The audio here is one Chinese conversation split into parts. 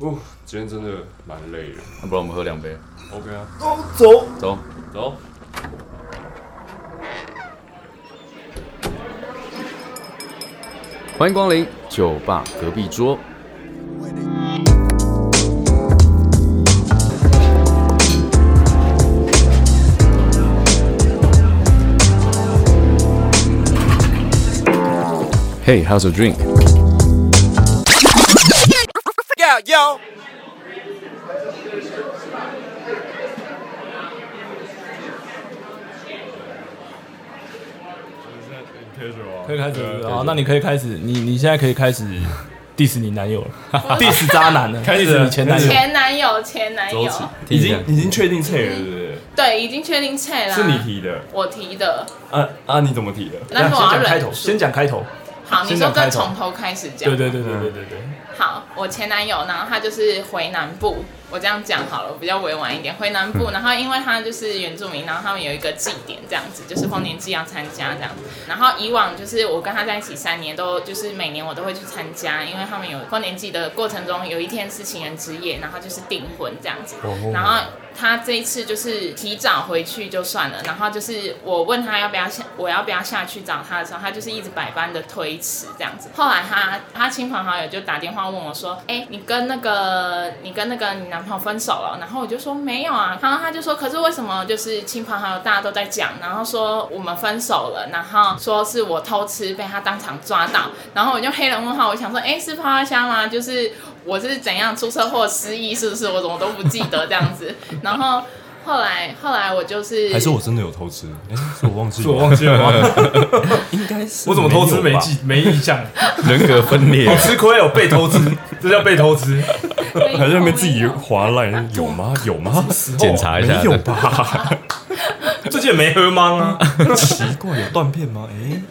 哦，今天真的蛮累的。要不然我们喝两杯， OK 啊，走。走。欢迎光临酒吧隔壁桌。Hey, how's your drink? casual 啊，可以开始好，那你可以开始，你你现在可以开始 diss 你男友了 ，diss 渣男了，啊开始 diss 你前男友。前男友，前男友，已经已经确定菜了，对不对？对，已经确定菜啦。是你提的，我提的，呃啊啊，你怎么提的？那是我先要讲开忍头，住。啊先讲开头。好，你先说讲再开头从头开始讲。对对对对对对对。好，我前男友，然后他就是回南部，我这样讲好了，比较委婉一点。回南嗯部，然后因为他就是原住民，然后他们有一个祭典这样子，就是丰年祭要参加这样子。然后以往就是我跟他在一起三年都，就是每年我都会去参加，因为他们有丰年祭的过程中，有一天是情人之夜，然后就是订婚这样子。然后他这一次就是提早回去就算了，然后就是我问他要不要下，我要不要下去找他的时候，他就是一直百般的推辞这样子。后来他他亲朋好友就打电话问我说：“哎、你跟那个你跟那个你男朋友分手了？”然后我就说没有啊，然后他就说：“可是为什么就是亲朋好友大家都在讲，然后说我们分手了，然后说是我偷吃被他当场抓到，然后我就黑人问号，我想说：哎、是泡泡虾吗？就是我是怎样出车祸失忆，是不是？我怎么都不记得这样子。然后后来后来我就是还是我真的有偷吃？哎，是我忘记，是我忘记了吗？ 应该是我怎么偷吃没没有吧？记没印 象？人格分裂好吃亏哦，被 偷吃，这叫被偷吃。还在那边自己划烂，有吗？有吗？检查一下没有吧？啊 最近也没喝吗？啊， 奇怪，有断片吗？哎，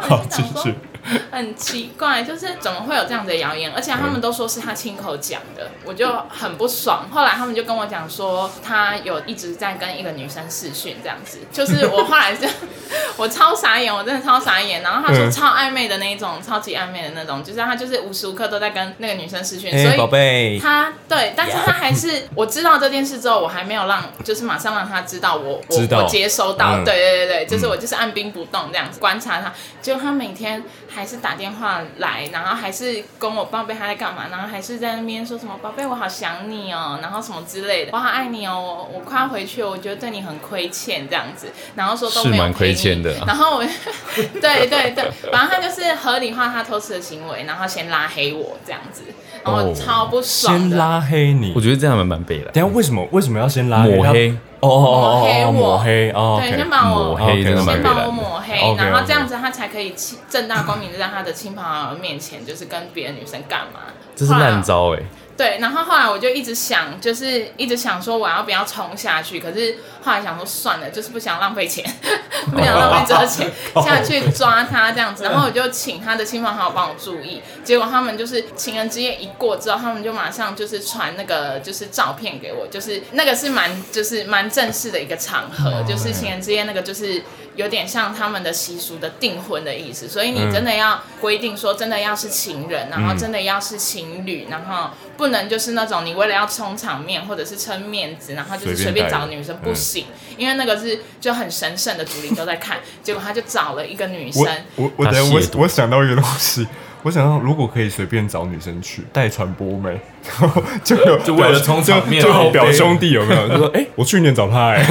好，继续。 很奇怪，就是怎么会有这样子的谣言？而且他们都说是他亲口讲的，我就很不爽。后来他们就跟我讲说，他有一直在跟一个女生视讯这样子，就是我后来是， 我超傻眼，我真的超傻眼。然后他说超暧昧的那一种，超级暧昧的那种，就是他就是无时无刻都在跟那个女生视讯，哎哎所以贝，他对，但是他 还是我知道这件事之后，我还没有让， 就是马上让他知道我我知道我接收到，嗯对对对对，就是我就是按兵不动这样子观察他，结果他每天还是打电话来，然后还是跟我报备他在干嘛，然后还是在那边说什么宝贝我好想你哦，然后什么之类的，我好爱你哦，我我快要回去了，我觉得对你很亏欠这样子，然后说都是没有蛮陪亏你欠的啊然后我， 对对对，反正他就是合理化他偷吃的行为，然后先拉黑我这样子，然后哦我超不爽先的。拉黑你我，觉得这样还蛮背的。等一下为什么为什么要先拉抹黑？哦哦哦抹黑哦，我抹黑哦对， ，OK 先。把我抹黑真的蛮先北把我蓝的。抹黑 OK，OK 然后这样子他才可以亲正大光明的在他的亲朋好友面前，就是跟别的女生干嘛？这是烂招哎、对，然后后来我就一直想，就是一直想说我要不要冲下去，可是后来想说算了，就是不想浪费钱， 不想浪费这个钱下去抓他这样 子，然后我就请他的亲朋好友帮我注意，结果他们就是情人之夜一过之后，他们就马上就是传那个就是照片给我，就是那个是蛮就是蛮正式的一个场嗯合，就是情人之夜那个就是。有点像他们的习俗的订婚的意思，所以你嗯真的要规定说，真的要是情人，然后真的要是情侣，然后不能就是那种你为了要充场面或者是撑面子，然后就是随随便便带找女生不行，因为那个是就很神圣的竹林都在看，结果他就找了一个女生我，我我等一他亵下渎我我想到一个东西，我想到如果可以随便找女生去带传播妹，然后就有就为了表充场面就就好悲表兄弟有没有？就说哎、我去年找他哎、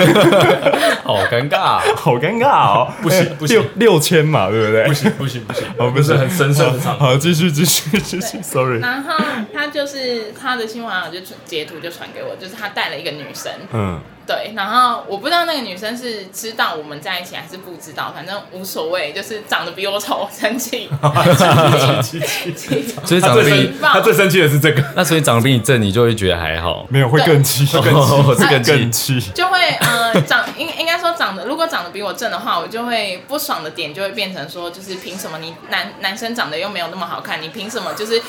好尴尬啊、 好尴尬哦，不行哎不行六六千嘛，对不对？不行不行不行，哦，不是很神圣的场合。好，继续继续继续，sorry。然后他就是他的新闻网友就截图就传给我，就是他带了一个女生，嗯，对，然后我不知道那个女生是知道我们在一起还是不知道，反正无所谓，就是长得比我丑，生气。所以他长得最比你生他最生气的是这个，那所以长得比你正，你就会觉得还好。 没有会更气，更气 更更气。就会呃 长应应该说长长得如果长得比我正的话，我就会不爽的点就会变成说，就是凭什么你男男生长得又没有那么好看，你凭什么就是已经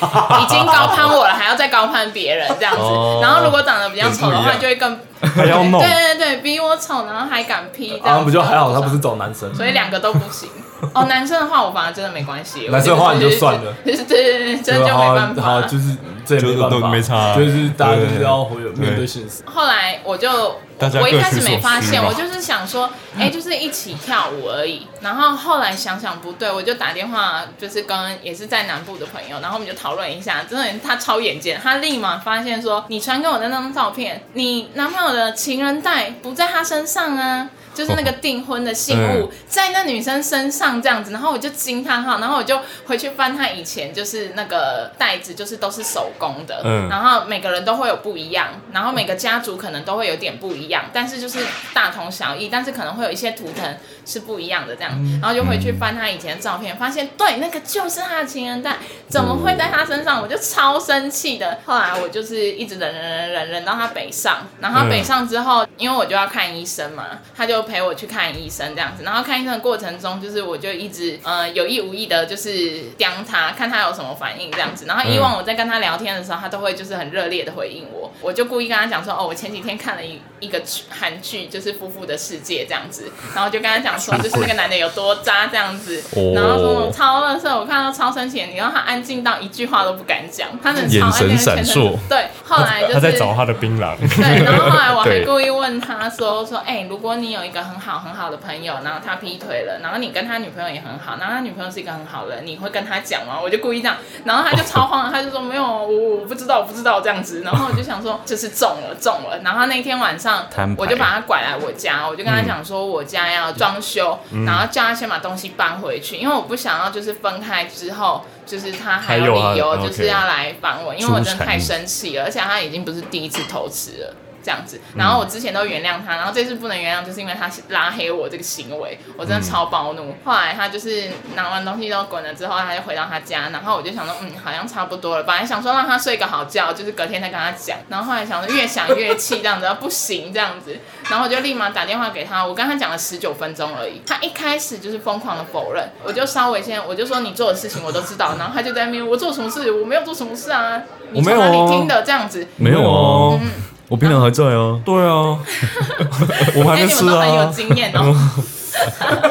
高攀我了，还要再高攀别人这样子哦？然后如果长得比较丑的很不一话，样就会更还要弄对对对，比我丑，然后还敢 P，这啊，样不子就还好，我他爽不是走男生，所以两个都不行。哦，男生的话我反而真的没关 系，男生的话你就算了我就是，对对对，真的就没办好好，法。就是这也没就办是法，都没差就是大家就是对要回面对对现实。后来我就，大家我一各开始取没所发需现，嘛我就是想说，哎、就是一起跳舞而已。然后后来想想不对，我就打电话，就是跟也是在南部的朋友，然后我们就讨论一下。真的，他超眼见，他立马发现说，你传给我的那张照片，你男朋友的情人带不在他身上啊。就是那个订婚的信物、嗯在那女生身上这样子，然后我就惊叹号，然后我就回去翻她以前就是那个袋子，就是都是手工的，嗯然后每个人都会有不一样，然后每个家族可能都会有点不一样，但是就是大同小异，但是可能会有一些图腾是不一样的这样，然后就回去嗯翻她以前的照片，发现对，那个就是她的情人带，怎么嗯会在她身上？我就超生气的。后来我就是一直忍忍忍忍忍到她北上，然后她北上之后，因为我就要看医生嘛，她就陪我去看医生这样子，然后看医生的过程中，就是我就一直呃有意无意的，就是刁她，看她有什么反应这样子，然后以往我在跟她聊天的时候，她都会就是很热烈的回应我，我就故意跟她讲说，哦，我前几天看了一一个剧韩剧，就是《夫妇的世界》这样子，然后就跟她讲说，就是那个男的有多渣这样子，哦然后说我超乐色，我看到超生气的，你让他安静到一句话都不敢讲，他能超眼安静神地闪全程烁对，后来哎就是他在找他的槟 榔，对，然后后来我还对故意问他说说，哎、如果你有一个很好很好的朋友，然后他劈腿了，然后你跟他女朋友也很好，然后他女朋友是一个很好的人，你会跟他讲吗？我就故意这样，然后他就超慌了，他就说没有，我我不知道，我不知道这样子，然后我就想说就是中了中了，然后那天晚上摊牌我就把他拐来我家，我就跟他讲说我家要装修，然后叫他先把东西搬回去，因为我不想要就是分开之后。就是他还有还有他理由，就 OK 是要来烦我，因为我真出的产太意生气了，而且他已经不是第一次偷吃了。这样子，然后我之前都原谅他，然后这次不能原谅，就是因为他是拉黑我这个行为，我真的超暴怒。后来他就是拿完东西都滚了之后，他就回到他家，然后我就想说，嗯，好像差不多了。本来想说让他睡个好觉，就是隔天再跟他讲，然后后来想说越想越气，这样子不行这样子，然后我就立马打电话给他，我跟他讲了十九分钟而已，他一开始就是疯狂的否认，我就稍微先我就说你做的事情我都知道，然后他就在那边我做什么事，我没有做什么事啊，你我没从有哪里哦听的这样子，没有哦，啊我槟榔还在哦。啊对啊， 我还哎，没你吃们都很有啊，经验哦。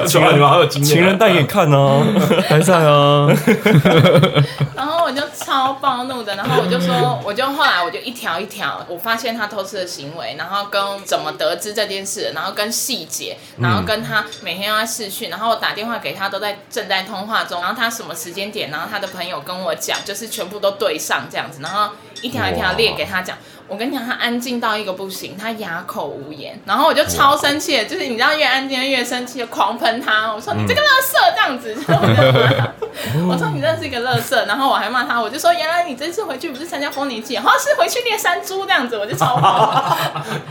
情人你们好有经验啊，情人带眼看 啊，还在 啊，然后我就超暴怒的，然后我就说，我就后来我就一条一条，我发现他偷吃的行为，然后跟怎么得知这件事，然后跟细节，然后跟他每天都在视讯，然后我打电话给他都在正在通话中，然后他什么时间点，然后他的朋友跟我讲，就是全部都对上这样子，然后一条一条列给他讲。我跟你讲，他安静到一个不行，他哑口无言，然后我就超生气的，就是你知道越安静越生气，就狂喷他，我说你这个垃圾这样子，然后我就骂他 我说你真的是一个乐色，然后我还骂他，我就说原来你这次回去不是参加丰年祭，好像是回去猎山猪这样子，我就超火，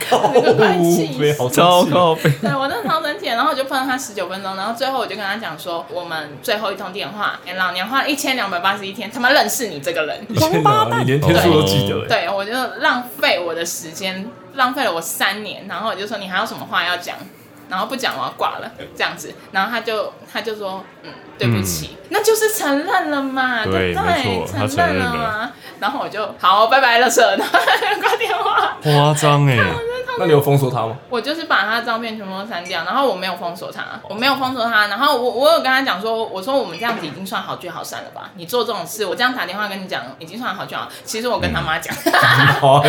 整个快气死。好糟糟糕，糕，被 对我真的超生气的，然后我就喷了他十九分钟，然后最后我就跟他讲说，我们最后一通电话，哎、老娘花了一千两百八十一天，他妈认识你这个人，天哪，你连天数都记得哎，对我就浪费我的时间，浪费了我三年，然后我就说你还有什么话要讲，然后不讲我要挂了这样子，然后他就他就说嗯对不起，那就是承认了嘛，对不没对？错他承认承认了了嘛，然后我就好拜拜了，社，然后他 就挂电话。夸张哎，那你有封锁他吗？我就是把他的照片全部都删掉，然后我没有封锁他，我没有封锁他，然后我我有跟他讲说，我说我们这样子已经算好聚好散了吧？你做这种事，我这样打电话跟你讲，已经算好聚好。其实我跟他妈讲， 好，啊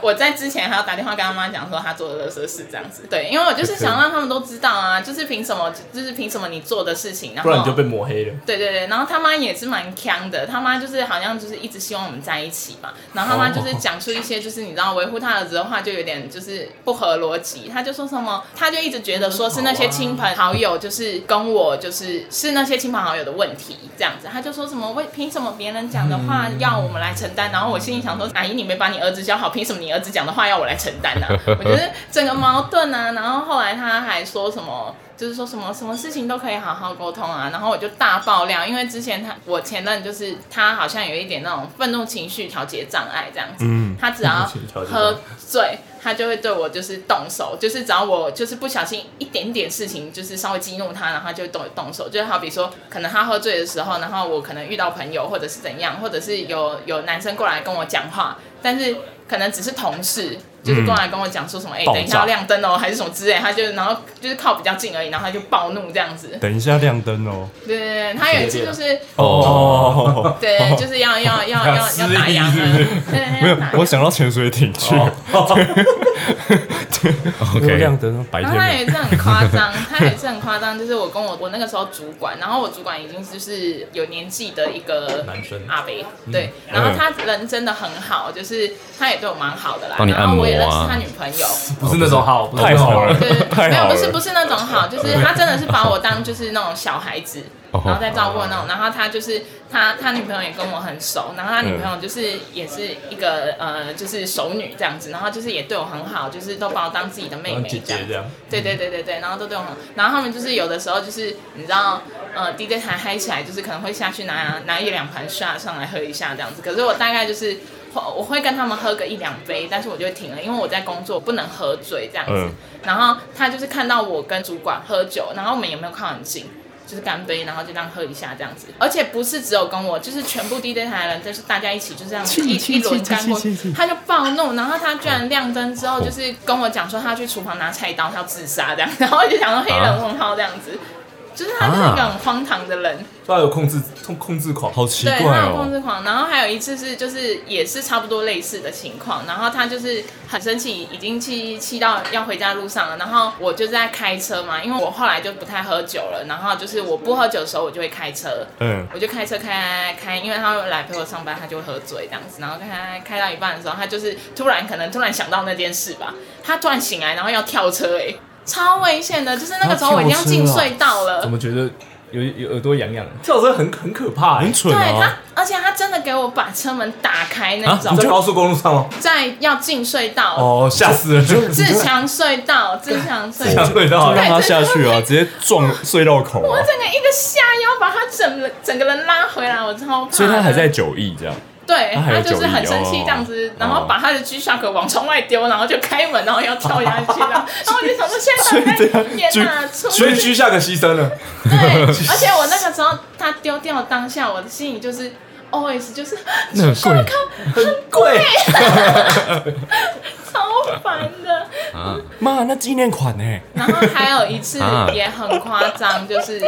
我在之前还要打电话跟他妈讲说他做的垃圾事这样子，对，因为我就是想让他们都知道啊，就是凭什么，就是凭什么你做的事情，然后不然你就被抹黑了。对对对，然后他妈也是蛮强的，他妈就是好像就是一直希望我们在一起嘛，然后他妈就是讲出一些就是你知道维护他儿子的话就有点就是不合逻辑，他就说什么，他就一直觉得说是那些亲朋好友就是跟我就是是那些亲朋好友的问题这样子，他就说什么为凭什么别人讲的话要我们来承担，然后我心里想说阿姨你没把你儿子教好，凭什么你儿 子讲的话要我来承担呢、啊？我觉得整个矛盾啊，然后后来他还说什么。就是说什么什么事情都可以好好沟通啊。然后我就大爆料，因为之前他我前任就是他好像有一点那种愤怒情绪调节障碍这样子，嗯他只要情绪调节障碍喝醉，他就会对我就是动手，就是只要我就是不小心一点点事情，就是稍微激怒他，然后他就会动动手。就好比说，可能他喝醉的时候，然后我可能遇到朋友或者是怎样，或者是有有男生过来跟我讲话，但是可能只是同事。就是过来跟我讲说什么，哎、爆炸等一下要亮灯哦，还是什么之类，他就然后就是靠比较近而已，然后他就暴怒这样子。 等一下亮灯哦。对对对，他有一次就是，哦，对，就是要要要要要 失打烊忆是不了是，对，没有要 打，烊我想到潜水艇去。 OK，哦亮灯哦白然后他有一次很夸张，他有一次很夸张，就是我跟我我那个时候主管，然后我主管已经就是有年纪的一个男生阿伯，对，然后他人真的很好，就是他也对我蛮好的啦，帮你然后我也按认摩识啊他女朋友，不是那种好，不是那太种好了对对对，太没有好了不是不是那种好，就是他真的是把我当就是那种小孩子，哦然后再照顾的那种。然后他就是他他女朋友也跟我很熟，然后他女朋友就是也是一个呃就是熟女这样子，然后就是也对我很好，就是都把我当自己的妹当妹姐这姐样这。样，对对对对对，然后都对我很好，然后他们就是有的时候就是你知道，呃，DJ 台嗨起来，就是可能会下去拿拿一两盘下上来喝一下这样子。可是我大概就是我我会跟他们喝个一两杯，但是我就会停了，因为我在工作不能喝醉这样子。嗯然后他就是看到我跟主管喝酒，然后我们也没有靠很近。就是干杯，然后就这样喝一下这样子，而且不是只有跟我，就是全部 DJ 台的人，就是大家一起就这样一一轮干过去，他就暴怒，然后他居然亮灯之后，就是跟我讲说他要去厨房拿菜刀，他要自杀这样，然后我就想说黑啊人问号这样子，就是他就是一个很荒唐的人，他有控制控控制狂，好啊奇对，怪他有控哦。制狂。然后还有一次是，就是也是差不多类似的情况。然后他就是很生气，已经气气到要回家路上了。然后我就在开车嘛，因为我后来就不太喝酒了。然后就是我不喝酒的时候，我就会开车。嗯，我就开车开开，因为他会来陪我上班，他就会喝醉这样子。然后开开到一半的时候，他就是突然可能突然想到那件事吧，他突然醒来，然后要跳车、欸，超危险的。就是那个时候我已经要进隧道啊了，怎么觉得有有耳朵痒痒？跳车很很可怕欸，很蠢对他啊。，而且他真的给我把车门打开那种，你在高速公路上吗？在要进隧道，哦，吓死人！ 就自强隧道，自强隧道想。对到就让他了，下去啊！直接撞隧道口我啊！整个一个下腰，把他整个整个人拉回来，我超怕的。所以他还在酒意这样，对，他还他有就酒是意很生气哦这样子，然后把他的 G Shock 往窗外丢，然后就开门，然后要跳下 去，然后然后我就想说，现所以啊这在样天哪，出所以去居下个牺牲了，对， 而且我那个时候他丢掉当下，我的心里就是 always 就是那很贵很贵。超烦的。啊！妈，那纪念款呢？然后还有一次 啊也很夸张，就是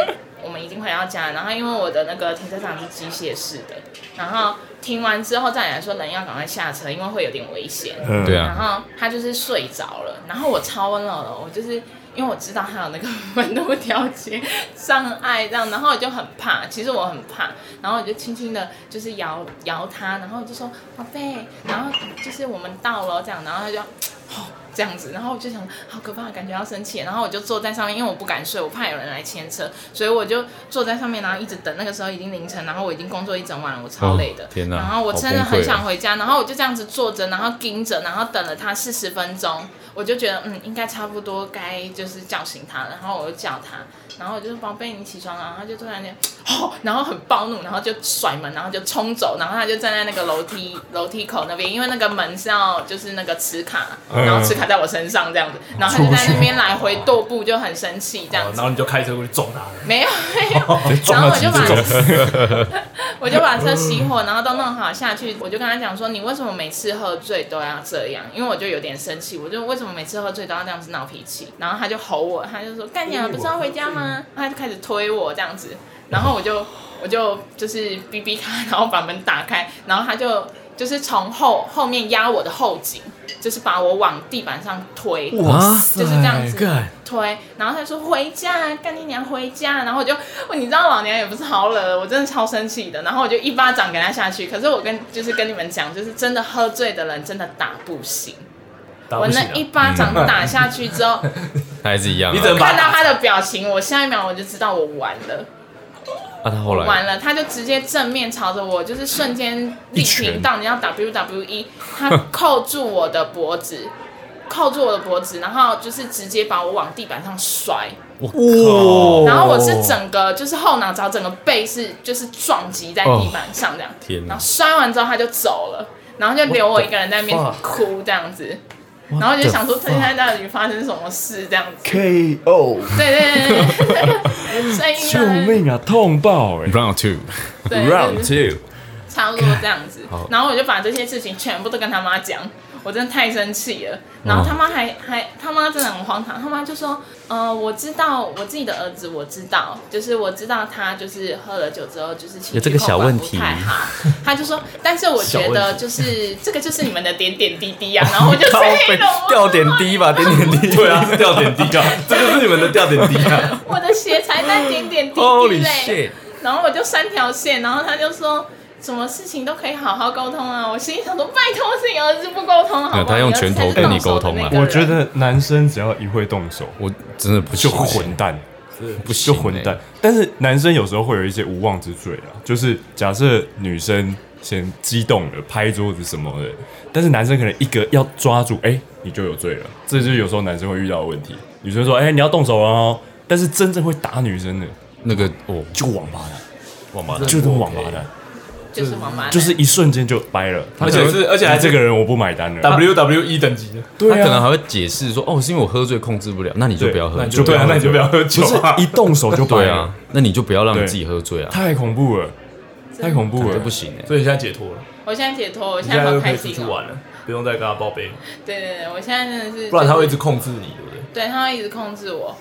我们已经回到家，然后因为我的那个停车场是机械式的，然后停完之后再来说人要赶快下车，因为会有点危险。嗯，对然啊，后他就是睡着了，然后我超温柔的，我就是因为我知道他有那个愤怒调节障碍这样，然后我就很怕，其实我很怕，然后我就轻轻的就是摇摇他，然后我就说宝贝，然后就是我们到了这样，然后他就。哦，这样子，然后我就想，好可怕，感觉要生气了。然后我就坐在上面，因为我不敢睡，我怕有人来牵车，所以我就坐在上面，然后一直等。那个时候已经凌晨，然后我已经工作一整晚了，我超累的。哦天哪然后我真的好崩溃很想哦回家，然后我就这样子坐着，然后盯着，然后等了他四十分钟，我就觉得嗯，应该差不多该就是叫醒他了，然后我就叫他，然后我就说宝贝，你起床了，然后他就突然间哦，然后很暴怒，然后就甩门，然后就冲走，然后他就站在那个楼梯楼梯口那边，因为那个门是要就是那个磁卡，然后磁卡在我身上这样子，然后他就在那边来回踱步，就很生气这样哦子然。后你就开车过去撞他了，没有没有，哦然后我就把 我就把车熄火，然后都弄好下去。我就跟他讲说，你为什么每次喝醉都要这样？因为我就有点生气，我就为什么每次喝醉都要这样子闹脾气？然后他就吼我，他就说干你啊，不是要回家哦吗？他就开始推我这样子，然后我就我就就是逼逼他，然后把门打开，然后他就就是从后后面压我的后颈，就是把我往地板上推。哇就是这样子哎干推，然后他说回家，干你娘回家，然后我就，我你知道老娘也不是好惹的，我真的超生气的，然后我就一巴掌给他下去。可是我跟就是跟你们讲，就是真的喝醉的人真的打不醒，打我不那起啊来一。巴掌打下去之后，他还是一样啊。你怎么看到他的表情，我下一秒我就知道我完了，啊？他后哎来完了，他就直接正面朝着我，就是瞬间力一拳挺到你要 WWE，他扣住我的脖子，扣住我的脖子，然后就是直接把我往地板上甩。哇哦然后我是整个就是后脑勺整个背是就是撞击在地板上这样，哦天哪然后摔完之后他就走了，然后就留我一个人在那边哭这样子，然后我就想说他现在到底发生什么事这样子， KO，对对对对 对，所以救呢，命啊，痛爆哎、 Round Two，对 Round Two，差不多这样子好。然后我就把这些事情全部都跟他妈讲，我真的太生气了。嗯然后他妈还、还他妈真的很荒唐，他妈就说：“呃，我知道我自己的儿子，我知道，就是我知道他就是喝了酒之后就是情有这个绪小控管问不题太好。”他就说：“但是我觉得就是这个就是你们的点点滴滴啊。”然后我就 靠飞背了，我掉点滴吧，点点滴。对啊，是掉点滴啊，这就是你们的掉点滴啊。我的血才在点点滴滴 Holy 嘞。 shit！然后我就三条线，然后他就说。什么事情都可以好好沟通啊！我心里想说，拜托是你儿子不沟通没好不好有他用拳头跟你沟通啊啊！我觉得男生只要一会动手，我真的不就行混，蛋，不行就混蛋。。但是男生有时候会有一些无妄之罪啊，就是假设女生先激动了，拍桌子什么的，但是男生可能一个要抓住，哎、你就有罪了。这就是有时候男生会遇到的问题。女生说，哎、你要动手了哦，但是真正会打女生的那个哦，就王八蛋，王八就是王八蛋，就是妈妈，就是一瞬间就掰了。而且是而且还这个人我不买单了， WWE 等级的，对他可能啊，还会解释说，哦，是因为我喝醉控制不了，那你就对啊不要喝那你酒。就不要喝酒喝不是一动手就掰对了啊，，那你就不要让对自己喝醉啊，太恐怖了，太恐怖这了不。行哎。所以你现在解脱了，我现在解脱，我你现现在在好又可开以出心去哦、玩了，不用再跟他报备，对对对，我现在真的是、不然他会一直控制你，对不对？对，他会一直控制我。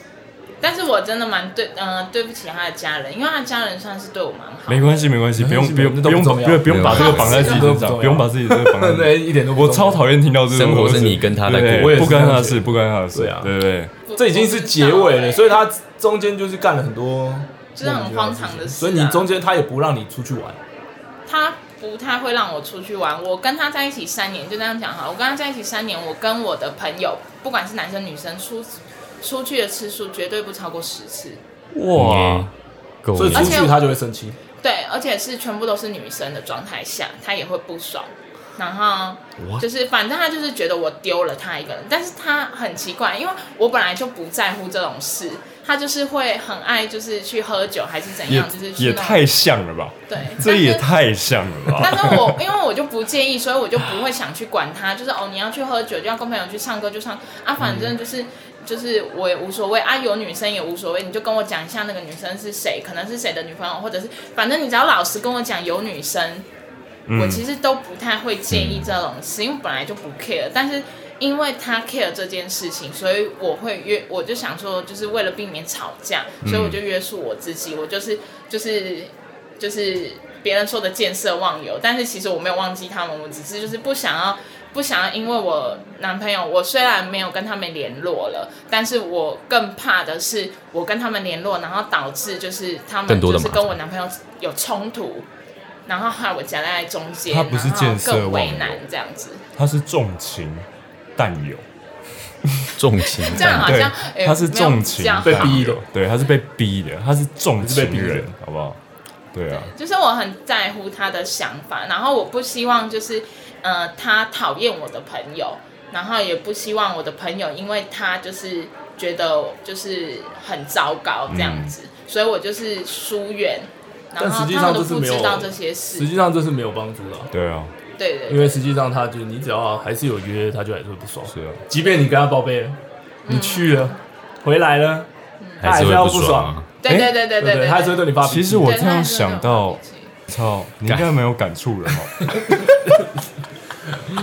但是我真的蛮对，嗯、对不起他的家人，因为他的家人算是对我蛮好。没关系，没关系，不没用关系不用那不都不用把重不要用啊不用把这个绑在自己没有身没有上，没有不用把自己这个 绑在自己。一点都不我重要超讨厌听到这种生活东西是你跟他在过对我也是不干他的这样觉事，得不干他的事对啊，对不对？不这已经是结尾了，所以以他中间就是干了很多欸就是很荒唐的事啊所以你中间他也不让你出去玩，他不太会让我出去玩。我跟他在一起三年，就这样讲哈。我跟他在一起三年，我跟我的朋友，不管是男生女生，出出去的次数绝对不超过十次。欸哇，够所以出而了，且去他就会生气。对，而且是全部都是女生的状态下，他也会不爽。然后就是，反正他就是觉得我丢了他一个人，但是他很奇怪，因为我本来就不在乎这种事，他就是会很爱就是去喝酒还是怎也样，就是去也那种太像了 吧，对，这也但是太像了吧？但是我因为我就不介意，所以我就不会想去管他。就是哦，你要去喝酒，就要跟朋友去唱歌，就唱啊，反正就是、就是我也无所谓啊，有女生也无所谓，你就跟我讲一下那个女生是谁，可能是谁的女朋友，或者是反正你只要老实跟我讲有女生，我其实都不太会介意这种事，因为本来就不 care，但是。因为他 care 这件事情，所以我会约，我就想说，就是为了避免吵架，嗯所以我就约束我自己，我就是就是就是别人说的见色忘友，但是其实我没有忘记他们，我只是就是不想要不想要，因为我男朋友，我虽然没有跟他们联络了，但是我更怕的是我跟他们联络，然后导致就是他们更多的就是麻烦跟我男朋友有冲突，然后害我夹在中间，他不是见色然后更忘为友难这样子，他是重情淡友，重情这样 好对像哎，他是没有重情这样被好逼的对，他是被逼的，他是重是被情逼的人，好不好？对啊，就是我很在乎他的想法，然后我不希望就是呃他讨厌我的朋友，然后也不希望我的朋友因为他就是觉得就是很糟糕这样子，所以我就是疏远，然嗯但后实际他们上都这是不没有知道这些事实，际上这是没有帮助的啊、对啊，对对因对，为实际上他就你只要还是有约，他就还是会不爽。是啊，即便你跟他报备了，你去了，回来了，他还是是会要不爽爽啊啊。。对对哎对对对不对对，对，他还是会对你发脾气。其实我对这样想到，操，你应该没有感触了 哦。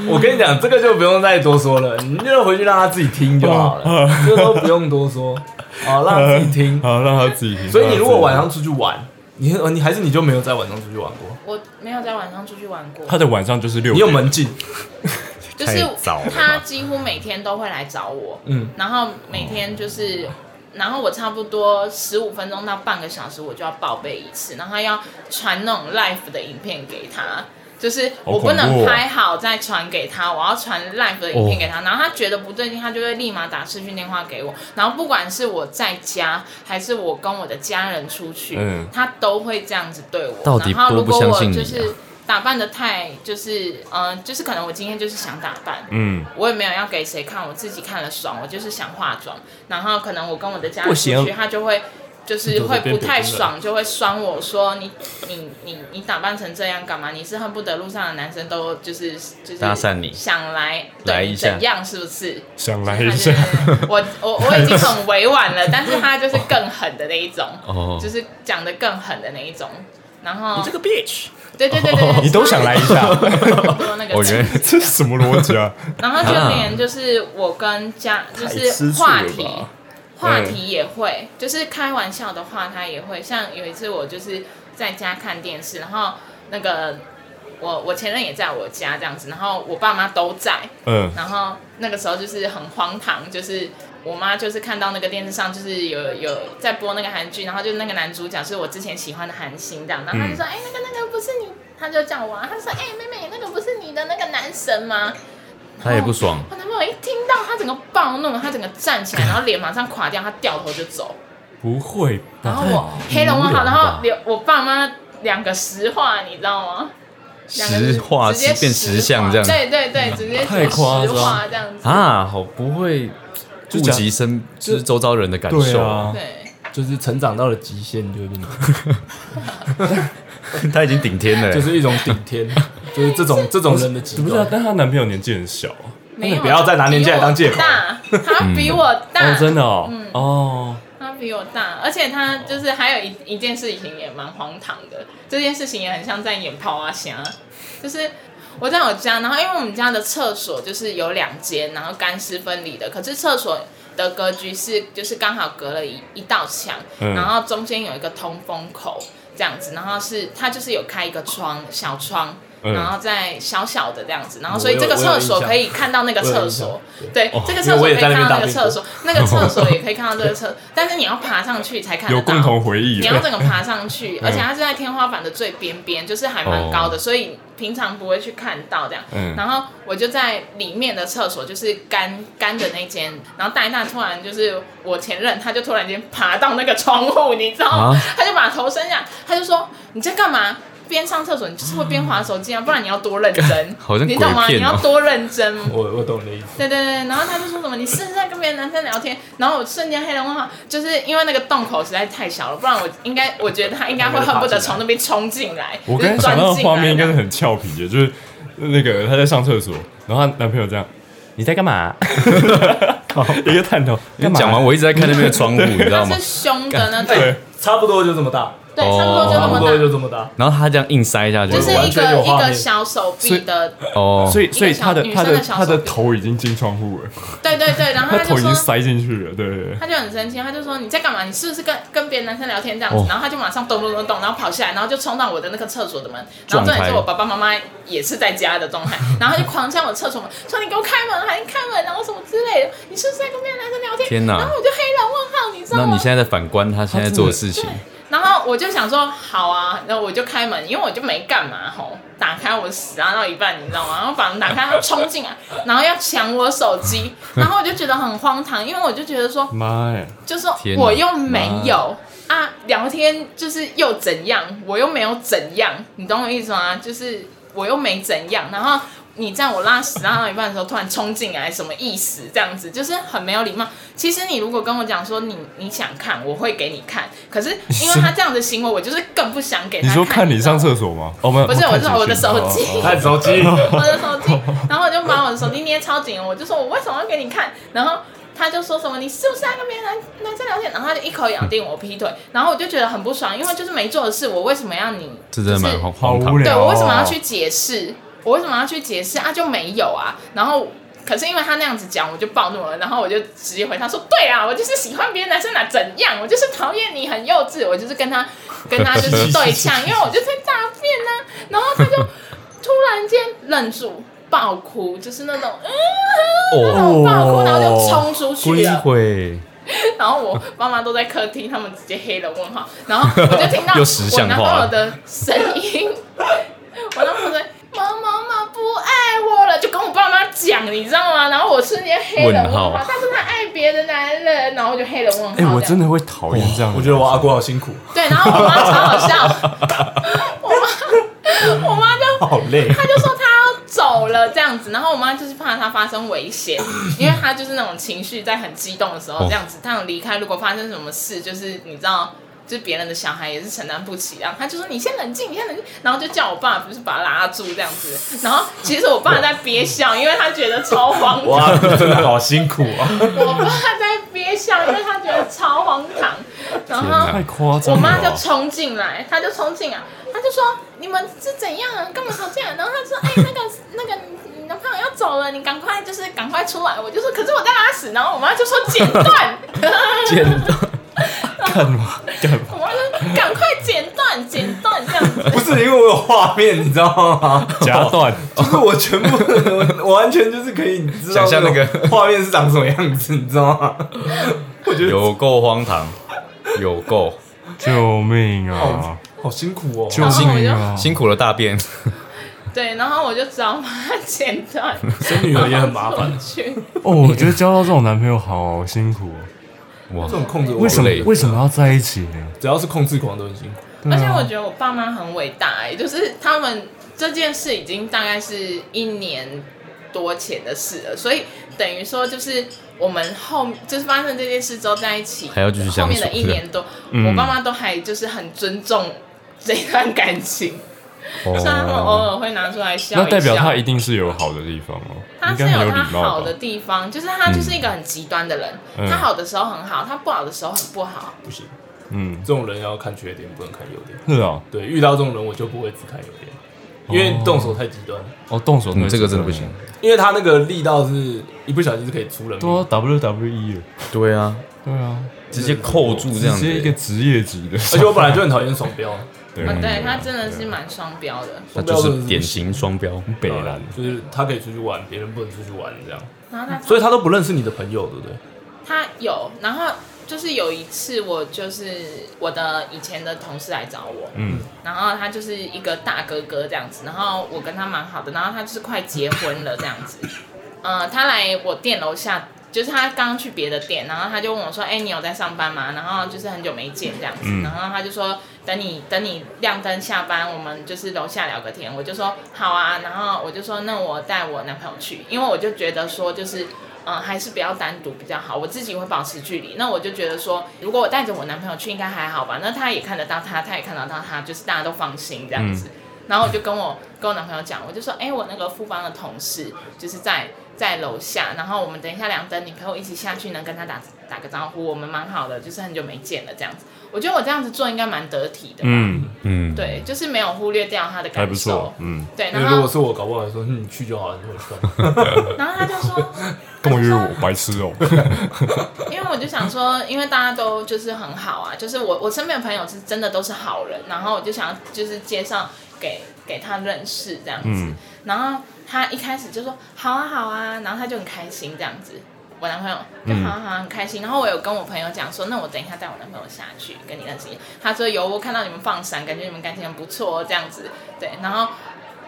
我跟你讲，这个就不用再多说了，你就回去让他自己听就好了，这都不用多说， 好，让他自己 听。好，让他 自己听。所以你如果晚让他上出去玩，你呃你还是你就没有在晚上出去玩过，我没有在晚上出去玩过自己 听，他的晚上就是六你点有门禁，就是太早了吧他几乎每天都会来找我，嗯，然后每天就是，然后我差不多十五分钟到半个小时我就要报备一次，然后要传那种 live 的影片给他。就是我不好恐能怖哦拍好再传给他，我要传 live 的影片哦给他，然后他觉得不对劲，他就会立马打视讯电话给我。然后不管是我在家，还是我跟我的家人出去，嗯他都会这样子对我。到底然后如多不果相我信你就啊是打扮的太就是嗯、呃就是可能我今天就是想打扮，嗯，我也没有要给谁看，我自己看了爽，我就是想化妆。然后可能我跟我的家不人行出去，他就会就是会不太爽，就会酸我说你你你你打扮成这样干嘛？你是恨不得路上的男生都就是就是搭讪你想来来对一你下怎样是不是？想他来就一是下，我我我已经很委婉了，但是他就是更狠的那一种， 哦就是讲的更狠的那一种。然后你这个 bitch，对对对 对对，你都想来一下，说那个我觉得 这是什么逻辑啊？然后就连就是我跟家就是话题，话嗯题也会，就是开玩笑的话，他也会。像有一次我就是在家看电视，然后那个我我前任也在我家这样子，然后我爸妈都在，嗯，然后那个时候就是很荒唐，就是我妈就是看到那个电视上就是有有在播那个韩剧，然后就那个男主角是我之前喜欢的韩星这样，然后她嗯就说：“哎、那个那个不是你。”她就叫我、啊，她说：“哎、妹妹，那个不是你的那个男神吗？”他也不爽，我男朋友一听到，他整个暴怒，他整个站起来，然后脸马上垮掉，他掉头就走。不会然吧？后我太黑龙无问聊了号，然吧后连我爸妈两个石化，你知道吗？两个实话直接变石实像化这样对对对，直接太夸石张化这样子。啊，好不会顾就讲及身就是周遭人的感对受，啊，对，就是成长到了极限，就会变成 他已经顶天了，就是一种顶天，就是这种这种人的极不是啊端，。但她男朋友年纪很小啊，没有不要再拿年纪来当借口比我大他比我大，嗯哦，真的哦，哦，他比我大，而且他就是还有一一件事情也蛮荒唐的，这件事情也很像在演泡啊虾，就是我在我家，然后因为我们家的厕所就是有两间，然后干湿分离的，可是厕所的格局是就是刚好隔了一一道墙，嗯然后中间有一个通风口这样子，然后是它就是有开一个窗小窗。嗯然后再小小的这样子，然后我所以有这个我有厕所印象可以看到那个我有厕印所，象对，这个厕所哦因为我可也以在看那边到打那个屁厕股所，那个厕 所也可以看到这个厕，但是你要爬上去才看得有到。共同回忆你了，要 整个爬上去，嗯而且它是在天花板的最边边，就是还蛮高哦的，所以平常不会去看到这样。嗯然后我就在里面的厕所，就是干干的那间，然后大一大突然就是我前任，他就突然间爬到那个窗户，你知道吗？啊他就把头伸下，他就说你在干嘛？边上厕所，你就是会边划手机啊，不然你要多认真， 好像你懂吗？鬼你片哦要多认真， 我我懂你的意思，对对对，然后他就说什么你是不是在跟别的男生聊天，然后我瞬间黑人问号，就是因为那个洞口实在太小了，不然我应该我觉得他应该会恨不得从那边冲进来，我就刚才是想钻到的进来画面应该是这样很俏皮的，就是那个她在上厕所，然后她男朋友这样，你在干嘛？ 一个探头，你讲完，我一直在看那边的窗户，你知道他吗是？凶的那种，对，差不多就这么大，对，差不多就差那不么多就大，这么大。然后他这样硬塞下去，就是一完全个有一画面个小手臂的，哦，哦所以所以小她的女她生的的小她的手臂头已经进窗户了，对对对，然后她他头就已经说。塞进去了，对对对。他就很生气，他就说你在干嘛？你是不是跟跟别的男生聊天这样子？哦然后他就马上咚咚咚咚，然后跑下来，然后就冲到我的那个厕所的门。然撞后重点是开我爸爸妈妈也是在家 的状态，然后他就狂向我厕所门说你给我开门，啊喊你开门，然后什么之类的。你是不是在跟别的男生聊天？天哪然后我就黑人问号，你知道那吗？你现在在反观他现在做的事情对，，然后我就想说，好啊，然后我就开门，因为我就没干嘛吼，打开我死拉到一半，你知道吗？然后把门打开，他冲进来，然后要抢我手机，然后我就觉得很荒唐，因为我就觉得说，妈呀！就说天哪我又没有啊，聊天就是又怎样，我又没有怎样，你懂我意思吗？就是我又没怎样，然后你在我拉屎拉到一半的时候突然冲进来，什么意思？这样子就是很没有礼貌。其实你如果跟我讲说你你想看，我会给你看，可是因为他这样的行为，我就是更不想给他你说看你知道上吗厕所吗？ 哦，没有，不是我看是我的手手机哦看手机， 我的手机，然后我就把我的手机捏超紧，我就说我为什么要给你看？然后他就说什么你是不是在跟别人男男生聊天？然后他就一口咬定我劈腿，然后我就觉得很不爽，因为就是没做的事，我为什么要你？这真的蛮就是荒荒好无唐聊的。对我为什么要去解释？我为什么要去解释啊？就没有啊。然后，可是因为他那样子讲，我就暴怒了。然后我就直接回他说：“对啊，我就是喜欢别的男生哪怎样？我就是讨厌你很幼稚，我就是跟他跟他就是对呛，因为我就在大便呢、然后他就突然间忍住爆哭，就是那种嗯那种爆哭，然后就哦冲出去归了。 回，然后我爸妈都在客厅，他们直接黑了问号，然后我就 听到又实我像男化朋友的声音，我男朋友说妈妈妈不爱我了，就跟我爸妈讲，你知道吗？然后我瞬间黑了问号，问号但是他爱别的男人，然后我就黑了问号。哎，我这样真的会讨厌这样的。我觉得啊我阿姑好辛苦， 对，然后我妈超好笑，我妈我妈就好累。他就说他要走了这样子，然后我妈就是怕他发生危险，因为他就是那种情绪在很激动的时候这样子，他想离开，如果发生什么事，就是你知道。就是别人的小孩也是承担不起，然后他就说你先冷静，你先冷静，然后就叫我爸不是把他拉住这样子，然后其实我爸在憋笑，因为他觉得超荒唐，哇，真的好辛苦啊！我爸在憋笑，因为他觉得超荒唐，然后太夸张哦我了妈吧。就冲进来，她就冲进来，她就说：“你们是怎样啊？干嘛吵架？”然后她说：“哎、那个那个，你你男朋友要走了，你赶快就是赶快出来。”我就说：“可是我在拉屎。”然后我妈就说：“剪断。 见干嘛干”嘛？我妈就说：“赶快剪断，剪断这样子。不是因为我有画面，你知道吗？夹断，就是我全部，我我完全就是可以，你知道想象那个种画面是长什么样子，你知道吗？我觉得有够荒唐，有够救命啊！ 好辛苦哦。救命啊！辛苦了大便，”对，然后我就只好把它剪 断，生女儿也很麻 烦然后，出去。哦，我觉得交到这种男朋友好辛苦哦。哇这！种控制我为什么累为什么要在一起呢？只要是控制狂都很辛苦。啊而且我觉得我爸妈很伟大、欸，就是他们这件事已经大概是一年多前的事了，所以等于说就是我们后就是发生这件事之后在一起，还要继续相后处面的一年多， 嗯我爸妈都还就是很尊重这段感情，哦虽然他们偶尔会拿出来笑一笑，那代表他一定是有好的地方哦，他应是该很有礼他貌好吧的？地方，就是他就是一个很极端的人，嗯他好的时候很好，他不好的时候很不好。不行，嗯，这种人要看缺点，不能看优点。是啊，对，遇到这种人我就不会只看优点，因为动手太极端了。哦，动手嗯能这个真的不行。因为他那个力道是一不小心是可以出人对啊命。 ，WWE 了，对啊，E 对啊，直接扣住这直样接一子个，职业级的，而且我本来就很讨厌双标，对嗯，对他真的是蛮双标的。那就是典型双标。啊北兰，啊就是他可以出去玩，别人不能出去玩这样，然后他所以他都不认识你的朋友，对不对？他有，然后就是有一次，我就是我的以前的同事来找我，嗯，然后他就是一个大哥哥这样子，然后我跟他蛮好的，然后他就是快结婚了这样子，呃，他来我店楼下，就是他刚去别的店，然后他就问我说：“哎、你有在上班吗？”然后就是很久没见这样子，嗯然后他就说：“等你等你亮灯下班，我们就是楼下聊个天。”我就说：“好啊。”然后我就说：“那我带我男朋友去，因为我就觉得说就是。”嗯，还是不要单独比较好。我自己会保持距离。那我就觉得说，如果我带着我男朋友去，应该还好吧？那他也看得到他，他也看得到他，就是大家都放心这样子。然后我就跟我跟我男朋友讲，我就说，哎、我那个富邦的同事就是在在楼下，然后我们等一下亮灯，你陪我一起下去，能跟他打打个招呼，我们蛮好的，就是很久没见了这样子。我觉得我这样子做应该蛮得体的，嗯，嗯，对，就是没有忽略掉他的还感不受错，，嗯，对，因为然如果后是我，搞不好还说嗯你去就好了，你我去干嘛。然后他就 说，干嘛约我，白痴 哦，因为我就想说，因为大家都就是很好啊，就是我我身边的朋友是真的都是好人，然后我就想要就是介绍给给他认识这样子，嗯然后他一开始就说好啊好啊，然后他就很开心这样子。我男朋友就好啊好啊很开心，然后我有跟我朋友讲说，那我等一下带我男朋友下去跟你认识一下。他说有，我看到你们放闪，感觉你们感情很不错哦，这样子。对，然后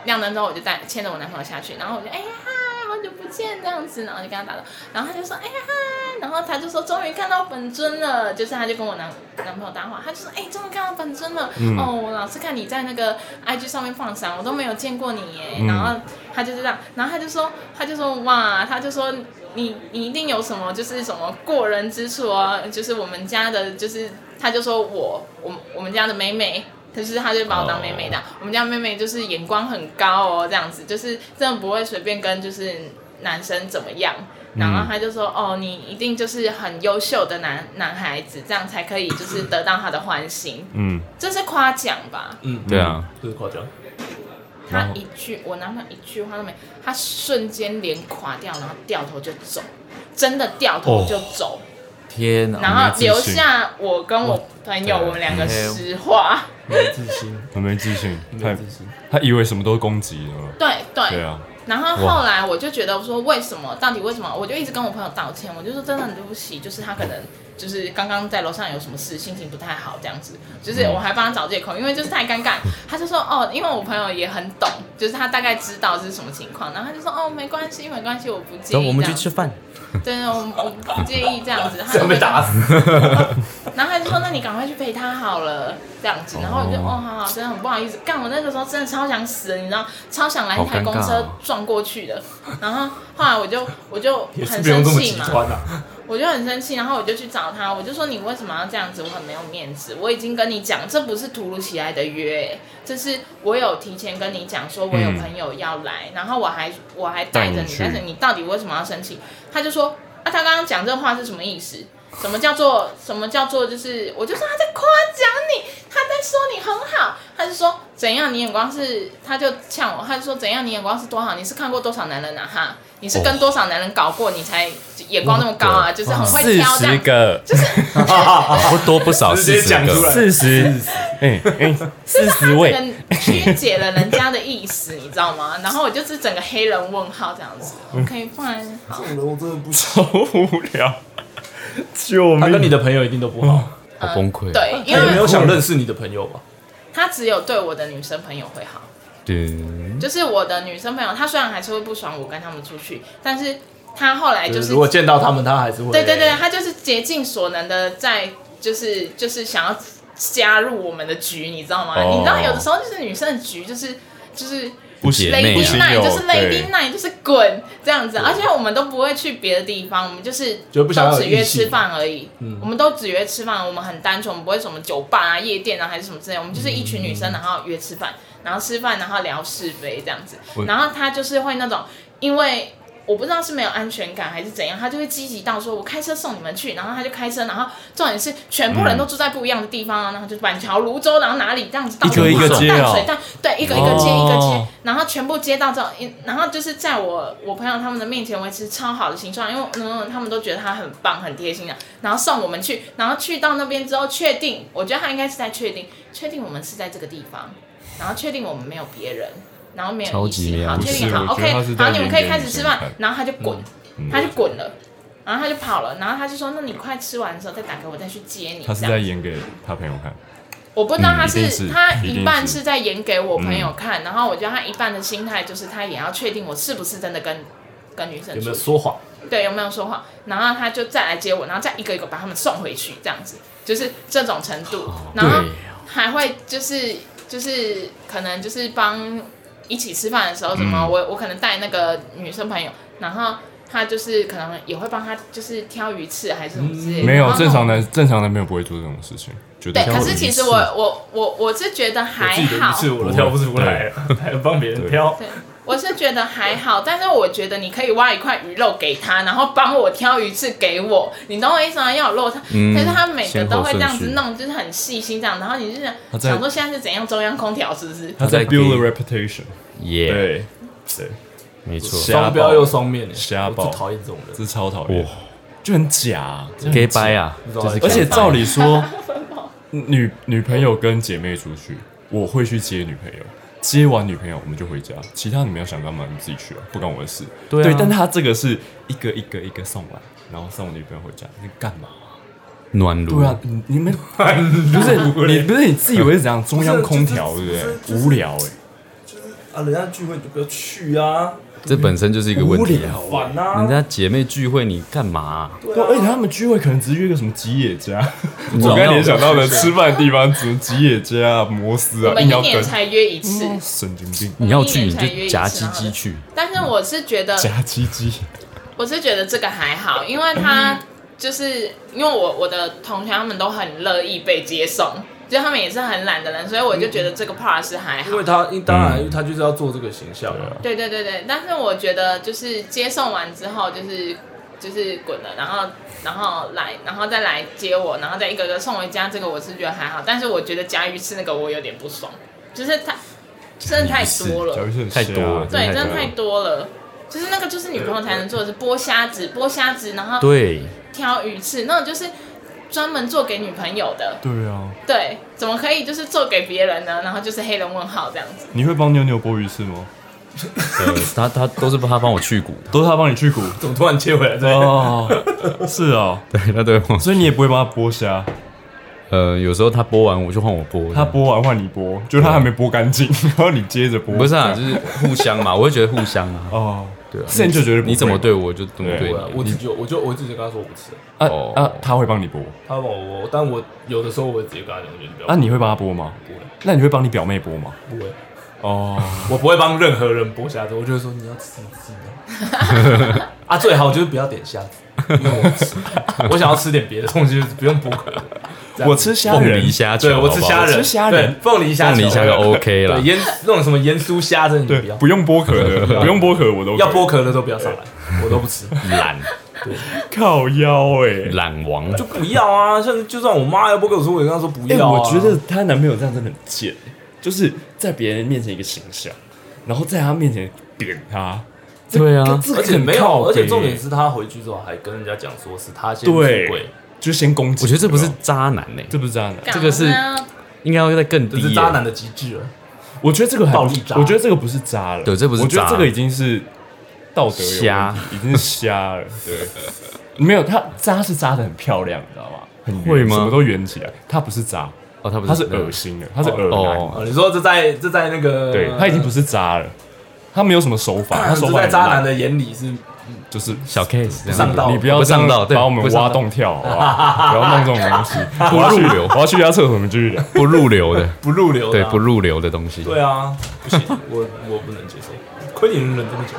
亮灯之后我就带牵着我男朋友下去，然后我就哎呀嗨，好久不见这样子，然后就跟他打招呼，然后他就说哎呀嗨，然后他就说终于看到本尊了，就是他就跟我男男朋友搭话，他就说哎终于看到本尊了，嗯哦我老是看你在那个 IG 上面放闪，我都没有见过你耶，嗯然后他就这样，然后他就说他就说哇，他就说。你你一定有什么就是什么过人之处哦，就是我们家的，就是他就说我我我们家的美美，就是他就把我当妹妹的。我们家妹妹就是眼光很高哦，这样子就是真的不会随便跟就是男生怎么样。然后他就说：“哦，你一定就是很优秀的男男孩子，这样才可以就是得到他的欢心，嗯，这是夸奖吧嗯，对啊，这是夸张。？”他一句，我男朋友一句话都没，他瞬间脸垮掉，然后掉头就走，真的掉头就走，天然哪！后留下我跟我朋友我们两个石化。没自信，很没自信，没他自信。他以为什么都是攻击的，对对对啊，然后后来我就觉得说，为什么？到底为什么？我就一直跟我朋友道歉，我就说真的很对不起，就是他可能就是刚刚在楼上有什么事，心情不太好这样子，就是我还帮他找借口，因为就是太尴尬。他就说哦，因为我朋友也很懂，就是他大概知道这是什么情况，然后他就说哦，没关系，没关系，我不介走，意。我们去这样吃饭。 真的，我我不介意这样子。他这样被打死。 然后他就说：“那你赶快去陪他好了，这样子。”然后我就：“哦，好好，真的很不好意思，干我那个时候真的超想死的，你知道，超想啊来一台公好尴尬车哦撞过去的。”然后后来我就我就也是很不用生这么气极嘛，端啊。我就很生气，然后我就去找他，我就说你为什么要这样子？我很没有面子。我已经跟你讲，这不是突如其来的约，这是我有提前跟你讲，说我有嗯朋友要来，然后我还我还带带着你你，去但是你到底为什么要生气？他就说啊，他刚刚讲这话是什么意思？什么叫做什么叫做就是？我就说他在夸奖你，他在说你很好，他就说怎样你眼光是，他就呛我，他就说怎样你眼光是多好？你是看过多少男人啊？哈，你是跟多少男人搞过，你才眼光那么高啊？就是很会四挑这十样。个， 不多不少，直四接十讲出个，来四十，哎哎，四十位，曲解了人家的意思，你知道吗？然后我就是整个黑人问号这样子。OK，不然好好，无聊，救他啊跟你命！的朋友一定都不好，好崩溃。啊对，嗯因他也没有为想认识你的朋友吧？他只有对我的女生朋友会好。对，就是我的女生朋友，她虽然还是会不爽我跟他们出去，但是她后来就就是是如果见到他们，他还是会。对对对，，她就是竭尽所能的在就是就是想要加入我们的局，你知道吗？哦你知道有的时候就是女生的局就是就是。不姐妹 Lady 行啊， Night 有就是对 Lady Night 就是滚这样子，而且我们都不会去别的地方，我们就是就不想要都有只约异性嗯吃饭而已。我们都只约吃饭，我们很单纯，我们不会什么酒吧啊、夜店啊还是什么之类，我们就是一群女嗯生，然后约吃饭，然后吃饭，然后聊是非这样子。然后他就是会那种，因为我不知道是没有安全感还是怎样，他就会积极到说我开车送你们去，然后他就开车，然后重点是全部嗯人都住在不一样的地方啊，然后就板桥、泸州，然后哪里这样子到一个一个处接淡哦水但对，一个一个接、一个接哦，然后全部接到这种，然后就是在我我朋友他们的面前维持超好的形象，因为嗯他们都觉得他很棒很贴心啊，然后送我们去，然后去到那边之后确定，我觉得他应该是在确定确定我们是在这个地方，然后确定我们没有别人，然后没有超异级性，没好安确定全感好不是我觉得他是，OK，在好你们可以开始吃演员饭身份，然后他就滚，嗯他就滚了。然后他就跑了，然后他就说：“那你快吃完的时候再打给我，再去接你。”他是这样在演给他朋友看，我不知道他嗯一是,、定是他一一定半是嗯是在演给我朋友看，然后我觉得他一半的心态就是他也要确定我是不是真的跟跟女生有没出有去，说谎？对有没有说谎，然后他就再来接我，然后再一个一个把他们送回去，这样子就是这种程度，哦然后还会就是就是可能就是帮一起吃饭的时候，什么、嗯我我可能带那个女生朋友，然后他就是可能也会帮他就是挑鱼刺还是什么之类的，没有然后正常男正常男朋友不会做这种事情，绝对，哦对可是其实我我我我是觉得我还自己的鱼好，刺我都挑不出来了，还要帮别人挑。对，我是觉得还好，但是我觉得你可以挖一块鱼肉给他，然后帮我挑鱼刺给我，你懂我意思吗？要有肉他，嗯可是他每个先都后会这顺样序子弄，就是很细心这样，然后你就想他在想说现在是怎样中央空调是不是？他在 build a reputation，耶，对对，没错，瞎双标又双面欸，瞎爆我最讨厌这种人。这是超讨厌哇，就很假，就很 gay 假 bye 啊，道就是 gay 而且 bye 照理说，女女朋友跟姐妹出去，我会去接女朋友，接完女朋友我们就回家，其他你们要想干嘛你们自己去啊，不关我的事。对啊但他这个是一个一个一个送来，然后送我女朋友回家，你干嘛？暖炉对啊，，你你 们不是你不是你自以为是怎样中央空调不对不是对就是？就是无聊哎，啊，人家聚会你就不要去啊，这本身就是一个问题啊。烦啊人家姐妹聚会你干嘛啊？对，而且他们聚会可能只是约个什么吉野 家，你我总刚才要联想到的吃饭的地方，什么吉野家啊、摩斯我啊，们硬一要年跟，才约一次，神经病，你要去你才约就一次夹鸡鸡去，但是我是觉得夹 鸡鸡。我是觉得这个还好，因为他嗯就是因为我我的同学他们都很乐意被接送，就他们也是很懒的人，所以我就觉得这个 part 是还好因为。他当然他就是要做这个形象啊，对对对对，但是我觉得就是接送完之后就是就是滚了，然后然后来然后再来接我，然后再一个个送回家，这个我是觉得还好，但是我觉得夹鱼翅那个我有点不爽，就是太真的太多了假，如是很太瞎多了对，真真的的太太多了。就是那个，就是女朋友才能做的是剥虾子，剥虾子，然后对，挑鱼翅，那种就是专门做给女朋友的。对啊，对，怎么可以就是做给别人呢？然后就是黑人问号这样子。你会帮妞妞剥鱼刺吗？呃，他他都是他帮我去骨，都是他帮你去骨怎么突然切回来这啊个？哦，是哦， 对，他对我，所以你也不会帮他剥虾，呃，有时候他播完我就换我播，他剥完换你剥， 就他还没剥干净，然后你接着剥，不是啊，就是互相嘛，我会觉得互相啊，哦，对啊， Sam 就绝对不会你怎么对我就怎么对对对啊，我你自。己就我就我自己跟他说我不吃，啊哦啊，他会帮你播，他帮我剥，但我有的时候我会直接跟他讲，我觉得你不要那啊你会帮他播吗？不会那你会帮你表妹播吗？不会，哦， 我不会帮任何人剥虾子，我就会说你要吃你自己的，啊，最好就是不要点虾子，因为我吃，我想要吃点别的东西，就是不用剥壳。这样我吃虾凤仁梨，虾球，对我好吃不好虾仁，我吃虾仁对凤梨虾球，凤梨虾就 OK 了对，盐那种什么盐酥虾真的对你不要，，不用剥壳 的，不用剥壳我都可以要剥壳的都不要上来，我都不吃，懒靠腰哎。懒王，就不要啊！像就算我妈要剥壳，我说我也跟她说不哎、要啊。我觉得她男朋友这样真的很贱，欸就是在别人面前一个形象，然后在她面前扁她。对啊，这个而且很没靠有，北而且重点是他回去之后还跟人家讲说是他先出对轨，就先攻击。我觉得这不是有没有渣男呢，这不是渣男，这个是干嘛呢应该要再更低这耶。是渣男的极致了。我觉得这个很暴力渣我觉得这个不是渣了，对这不是我觉得渣这个已经是道德有问题瞎，已经是瞎了。对，没有他渣是渣的很漂亮，你知道吗？很圆会吗什么都圆起来，他不是渣，哦，他不他是是恶心的，他是恶男。哦啊，你说这在这在那个，对他已 经不是渣了，他没有什么手法，他手这法在很渣烂男的眼里是就是小 case 这样上道你不要不上道这对样把我们不上道挖洞跳，好不好？不要弄这种东西。我要 去不入流我要去一下厕所，你们继续聊。不入流的，不入流的对啊，不入流的东西。对啊，不行，我我不能接受。亏你能忍这么久，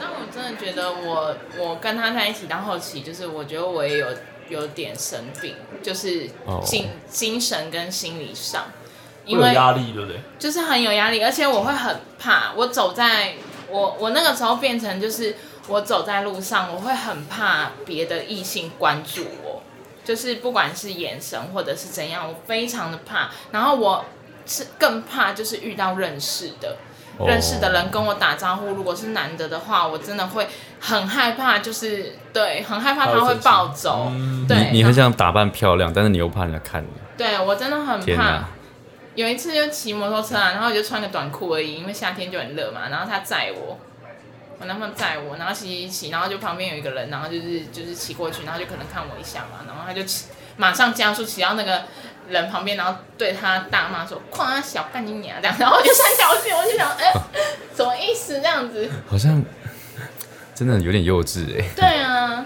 但我真的觉得我我跟他在一起到后期，就是我觉得我也有有点生病，就是哦精、精神跟心理上，会因有为压力，对不对？就是很有压力，而且我会很怕。我走在我我那个时候变成就是我走在路上，我会很怕别的异性关注我，就是不管是眼神或者是怎样，我非常的怕。然后我是更怕就是遇到认识的。哦认识的人跟我打招呼，如果是男的的话，我真的会很害怕，就是对，很害怕他会暴走。对，嗯你你很想打扮漂亮，但是你又怕人家看你。对我真的很天怕哪。，有一次就骑摩托车啊，然后我就穿个短裤而已，因为夏天就很热嘛。然后他载我，我男朋友载我，然后骑骑骑，然后就旁边有一个人，然后就是就是骑过去，然后就可能看我一下嘛，然后他就骑马上加速骑到那个人旁边，然后对他大骂说：“哐啊小干你娘！”这样，然后我就三条线，我就想，哎、什么意思？这样子，好像真的有点幼稚哎，对啊，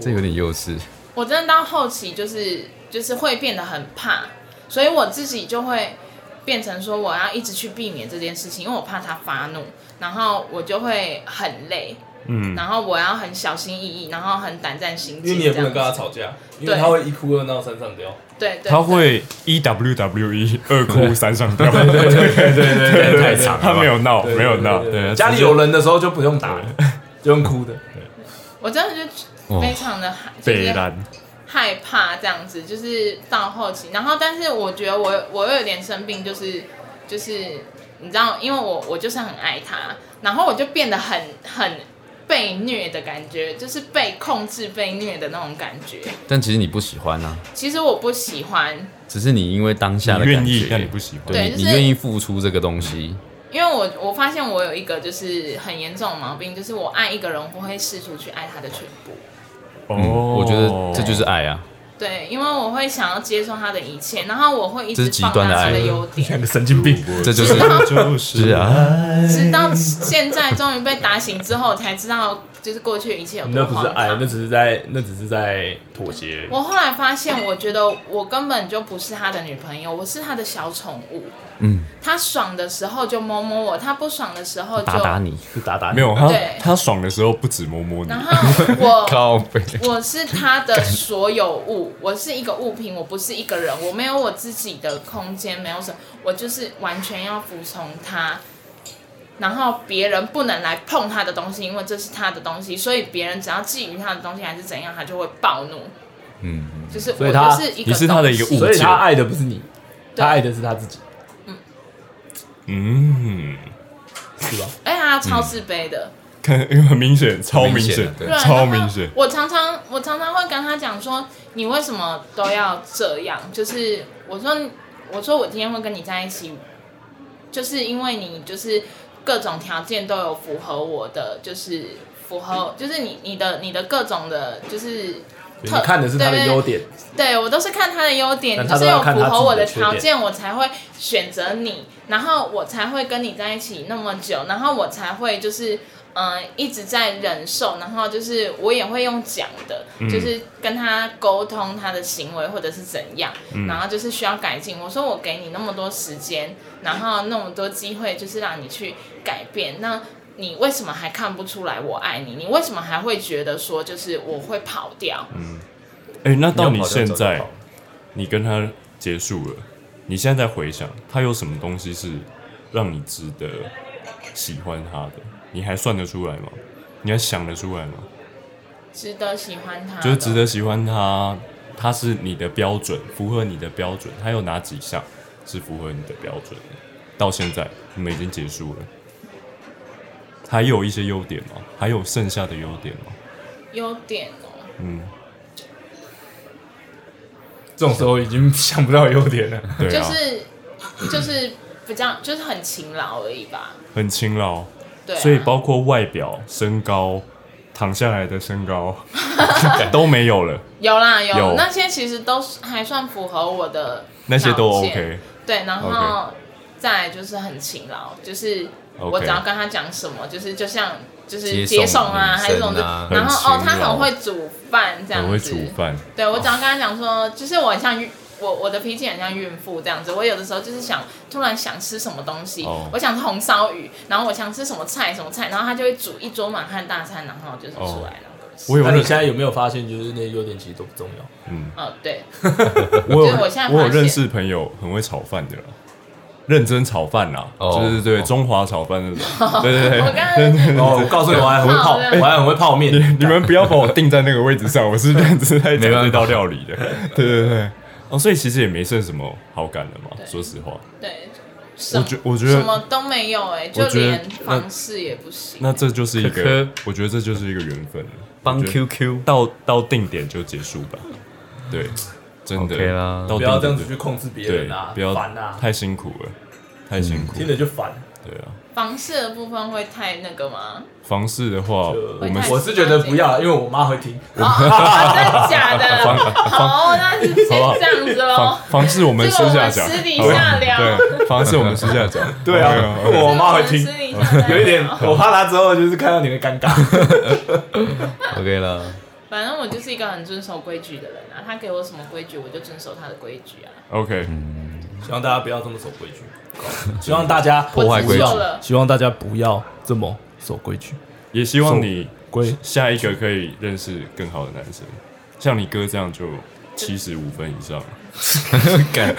这有点幼稚。我真的到后期就是就是会变得很怕，所以我自己就会变成说我要一直去避免这件事情，因为我怕他发怒，然后我就会很累，嗯，然后我要很小心翼翼，然后很胆战心因为惊，你这也样不能跟他子吵架，因对为他会一哭二闹三上吊。对对，他对会 E W W E 二哭三上吊，对对 对对 对对，太长了吧他没有闹，对没有闹，对对对，对家里有人的时候就不用打，就用哭的。我真的就哦非常的害，就北是兰，害怕这样子，就是到后期，然后但是我觉得我我又有点生病，就是就是你知道，因为我我就是很爱他，然后我就变得很很被虐的感觉，就是被控制被虐的那种感觉。但其实你不喜欢啊，其实我不喜欢，只是你因为当下你的愿感意，但你觉，不喜欢，对，对就你是愿意付出这个东西，因为我我发现我有一个就是很严重的毛病，就是我爱一个人，我会试图去爱他的全部。嗯，哦，我觉得这就是爱啊。对，因为我会想要接受他的一切，然后我会一这直是极放端的大他爱的优点，神经病，这就是 就是啊，直到现在终于被打醒之后，才知道就是过去的一切有那多不是荒爱，那唐。只是在那只是在妥协。我后来发现，我觉得我根本就不是他的女朋友，我是他的小宠物。嗯，他爽的时候就摸摸我，他不爽的时候就打打你，就打打你没，有他对，他爽的时候不止摸摸你然，后 我靠背，我是他的所有物，我是一个物品，我不是一个人，我没有我自己的空间，没有什么，我就是完全要服从他。然后别人不能来碰他的东西，因为这是他的东西，所以别人只要觊觎他的东西还是怎样，他就会暴怒。嗯，就是我所以他就是一个，你是他的一个物所以件他，爱的不是你，对他爱的是他自己，嗯， 是吧？哎，他超自卑的，看很明显，超明显，很明显对，超然后明显，我常常我常常会跟他讲说，你为什么都要这样？就是我说我说我今天会跟你在一起，就是因为你就是各种条件都有符合我的，就是符合，就是你你的你的各种的，就是你特看的是他的对优点，对我都是看他的优点，但就他是都有要看符他合我自己的缺条点件，我才会选择你，然后我才会跟你在一起那么久，然后我才会就是嗯、呃一直在忍受，然后就是我也会用讲的，嗯就是跟他沟通他的行为或者是怎样，嗯然后就是需要改进。我说我给你那么多时间，然后那么多机会，就是让你去改变。那你为什么还看不出来我爱你？你为什么还会觉得说就是我会跑掉？嗯哎、那到要你跑就要现走就在跑，你跟他结束了，你现在在回想，他有什么东西是让你值得喜欢他的？你还算得出来吗？你还想得出来吗？值得喜欢他的，啊就是值得喜欢他，他是你的标准，符合你的标准，他有哪几项是符合你的标准的？到现在你们已经结束了，还有一些优点吗？还有剩下的优点吗？优点哦、嗯，这种时候已经想不到优点了。对就啊，是就是比较就是很勤劳而已吧。很哦勤劳，对啊、所以包括外表、身高、躺下来的身高 都没有了，有啦有有那些其实都是还算符合我的那些都条件 OK。对，然后再来就是很勤劳，就是我 OK 只要跟他讲什么，就是就像就是接接送送啊啊，还是什么女生啊，然后哦，很他勤劳很会煮饭这样很子，会煮饭，对我只要跟他讲说，就是我很像孕，我我的脾气很像孕妇这样子。我有的时候就是想突然想吃什么东西哦我想吃红烧鱼，然后我想吃什么菜什么菜，然后他就会煮一桌满汉大餐，然后就是出来了。我有那你认现在有没有发现，就是那些优点其实都不重要？嗯，哦，对，我有就是我现在发现有认识朋友很会炒饭的啦，认真炒饭啦，哦就是对中华炒饭那 种，对对我对。刚刚哦，我告诉你，我还很会泡，好的我还很会泡面。你们不要把我定在那个位置上，我是认真 在讲这道料理的。对对对，哦，所以其实也没剩什么好感了嘛。对说实话，对，什我么觉我觉什得么都没有哎、就我觉得连房事也不行。那这就是一可个可，我觉得这就是一个缘分了。帮我觉得 QQ 到到定点就结束吧。对，真的 OK 啦到不定要点这样子就去控制别对人啊，，不要烦啊，嗯太辛苦了，太辛苦。听着就烦。对啊，房事的部分会太那个吗？房事的话，就我们太我是觉得不要，因为我妈会听。 哦，真的假的？哦，那是先这样子喽房。房事我们私这个我下们讲，私底好吧下聊对，房事我们私下讲。对啊， OK，OK 我妈会这听个，啊我们私底下再有一点聊，我怕她之后就是看到你会尴尬。 OK 啦，反正我就是一个很遵守规矩的人啊，他给我什么规矩，我就遵守他的规矩啊。 OK，嗯希望大家不要这么守规矩， 希望大家破坏规矩希望大家不要这么守规矩。也希望你规下一个可以认识更好的男生，像你哥这样就七十五分以上。干，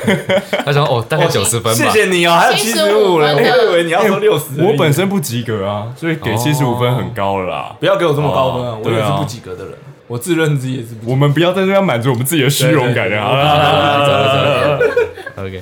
他想哦，大概九十分谢吧，谢你哦，还有七十75五了，分我的以为你要说六十。我本身不及格啊，所以给七十五分哦很高了啦。不要给我这么高分啊，哦我对也是啊不及格的人，我自认自己也是不及格。我们不要在这边满足我们自己的虚荣感啊！啊啊走了走了 OK。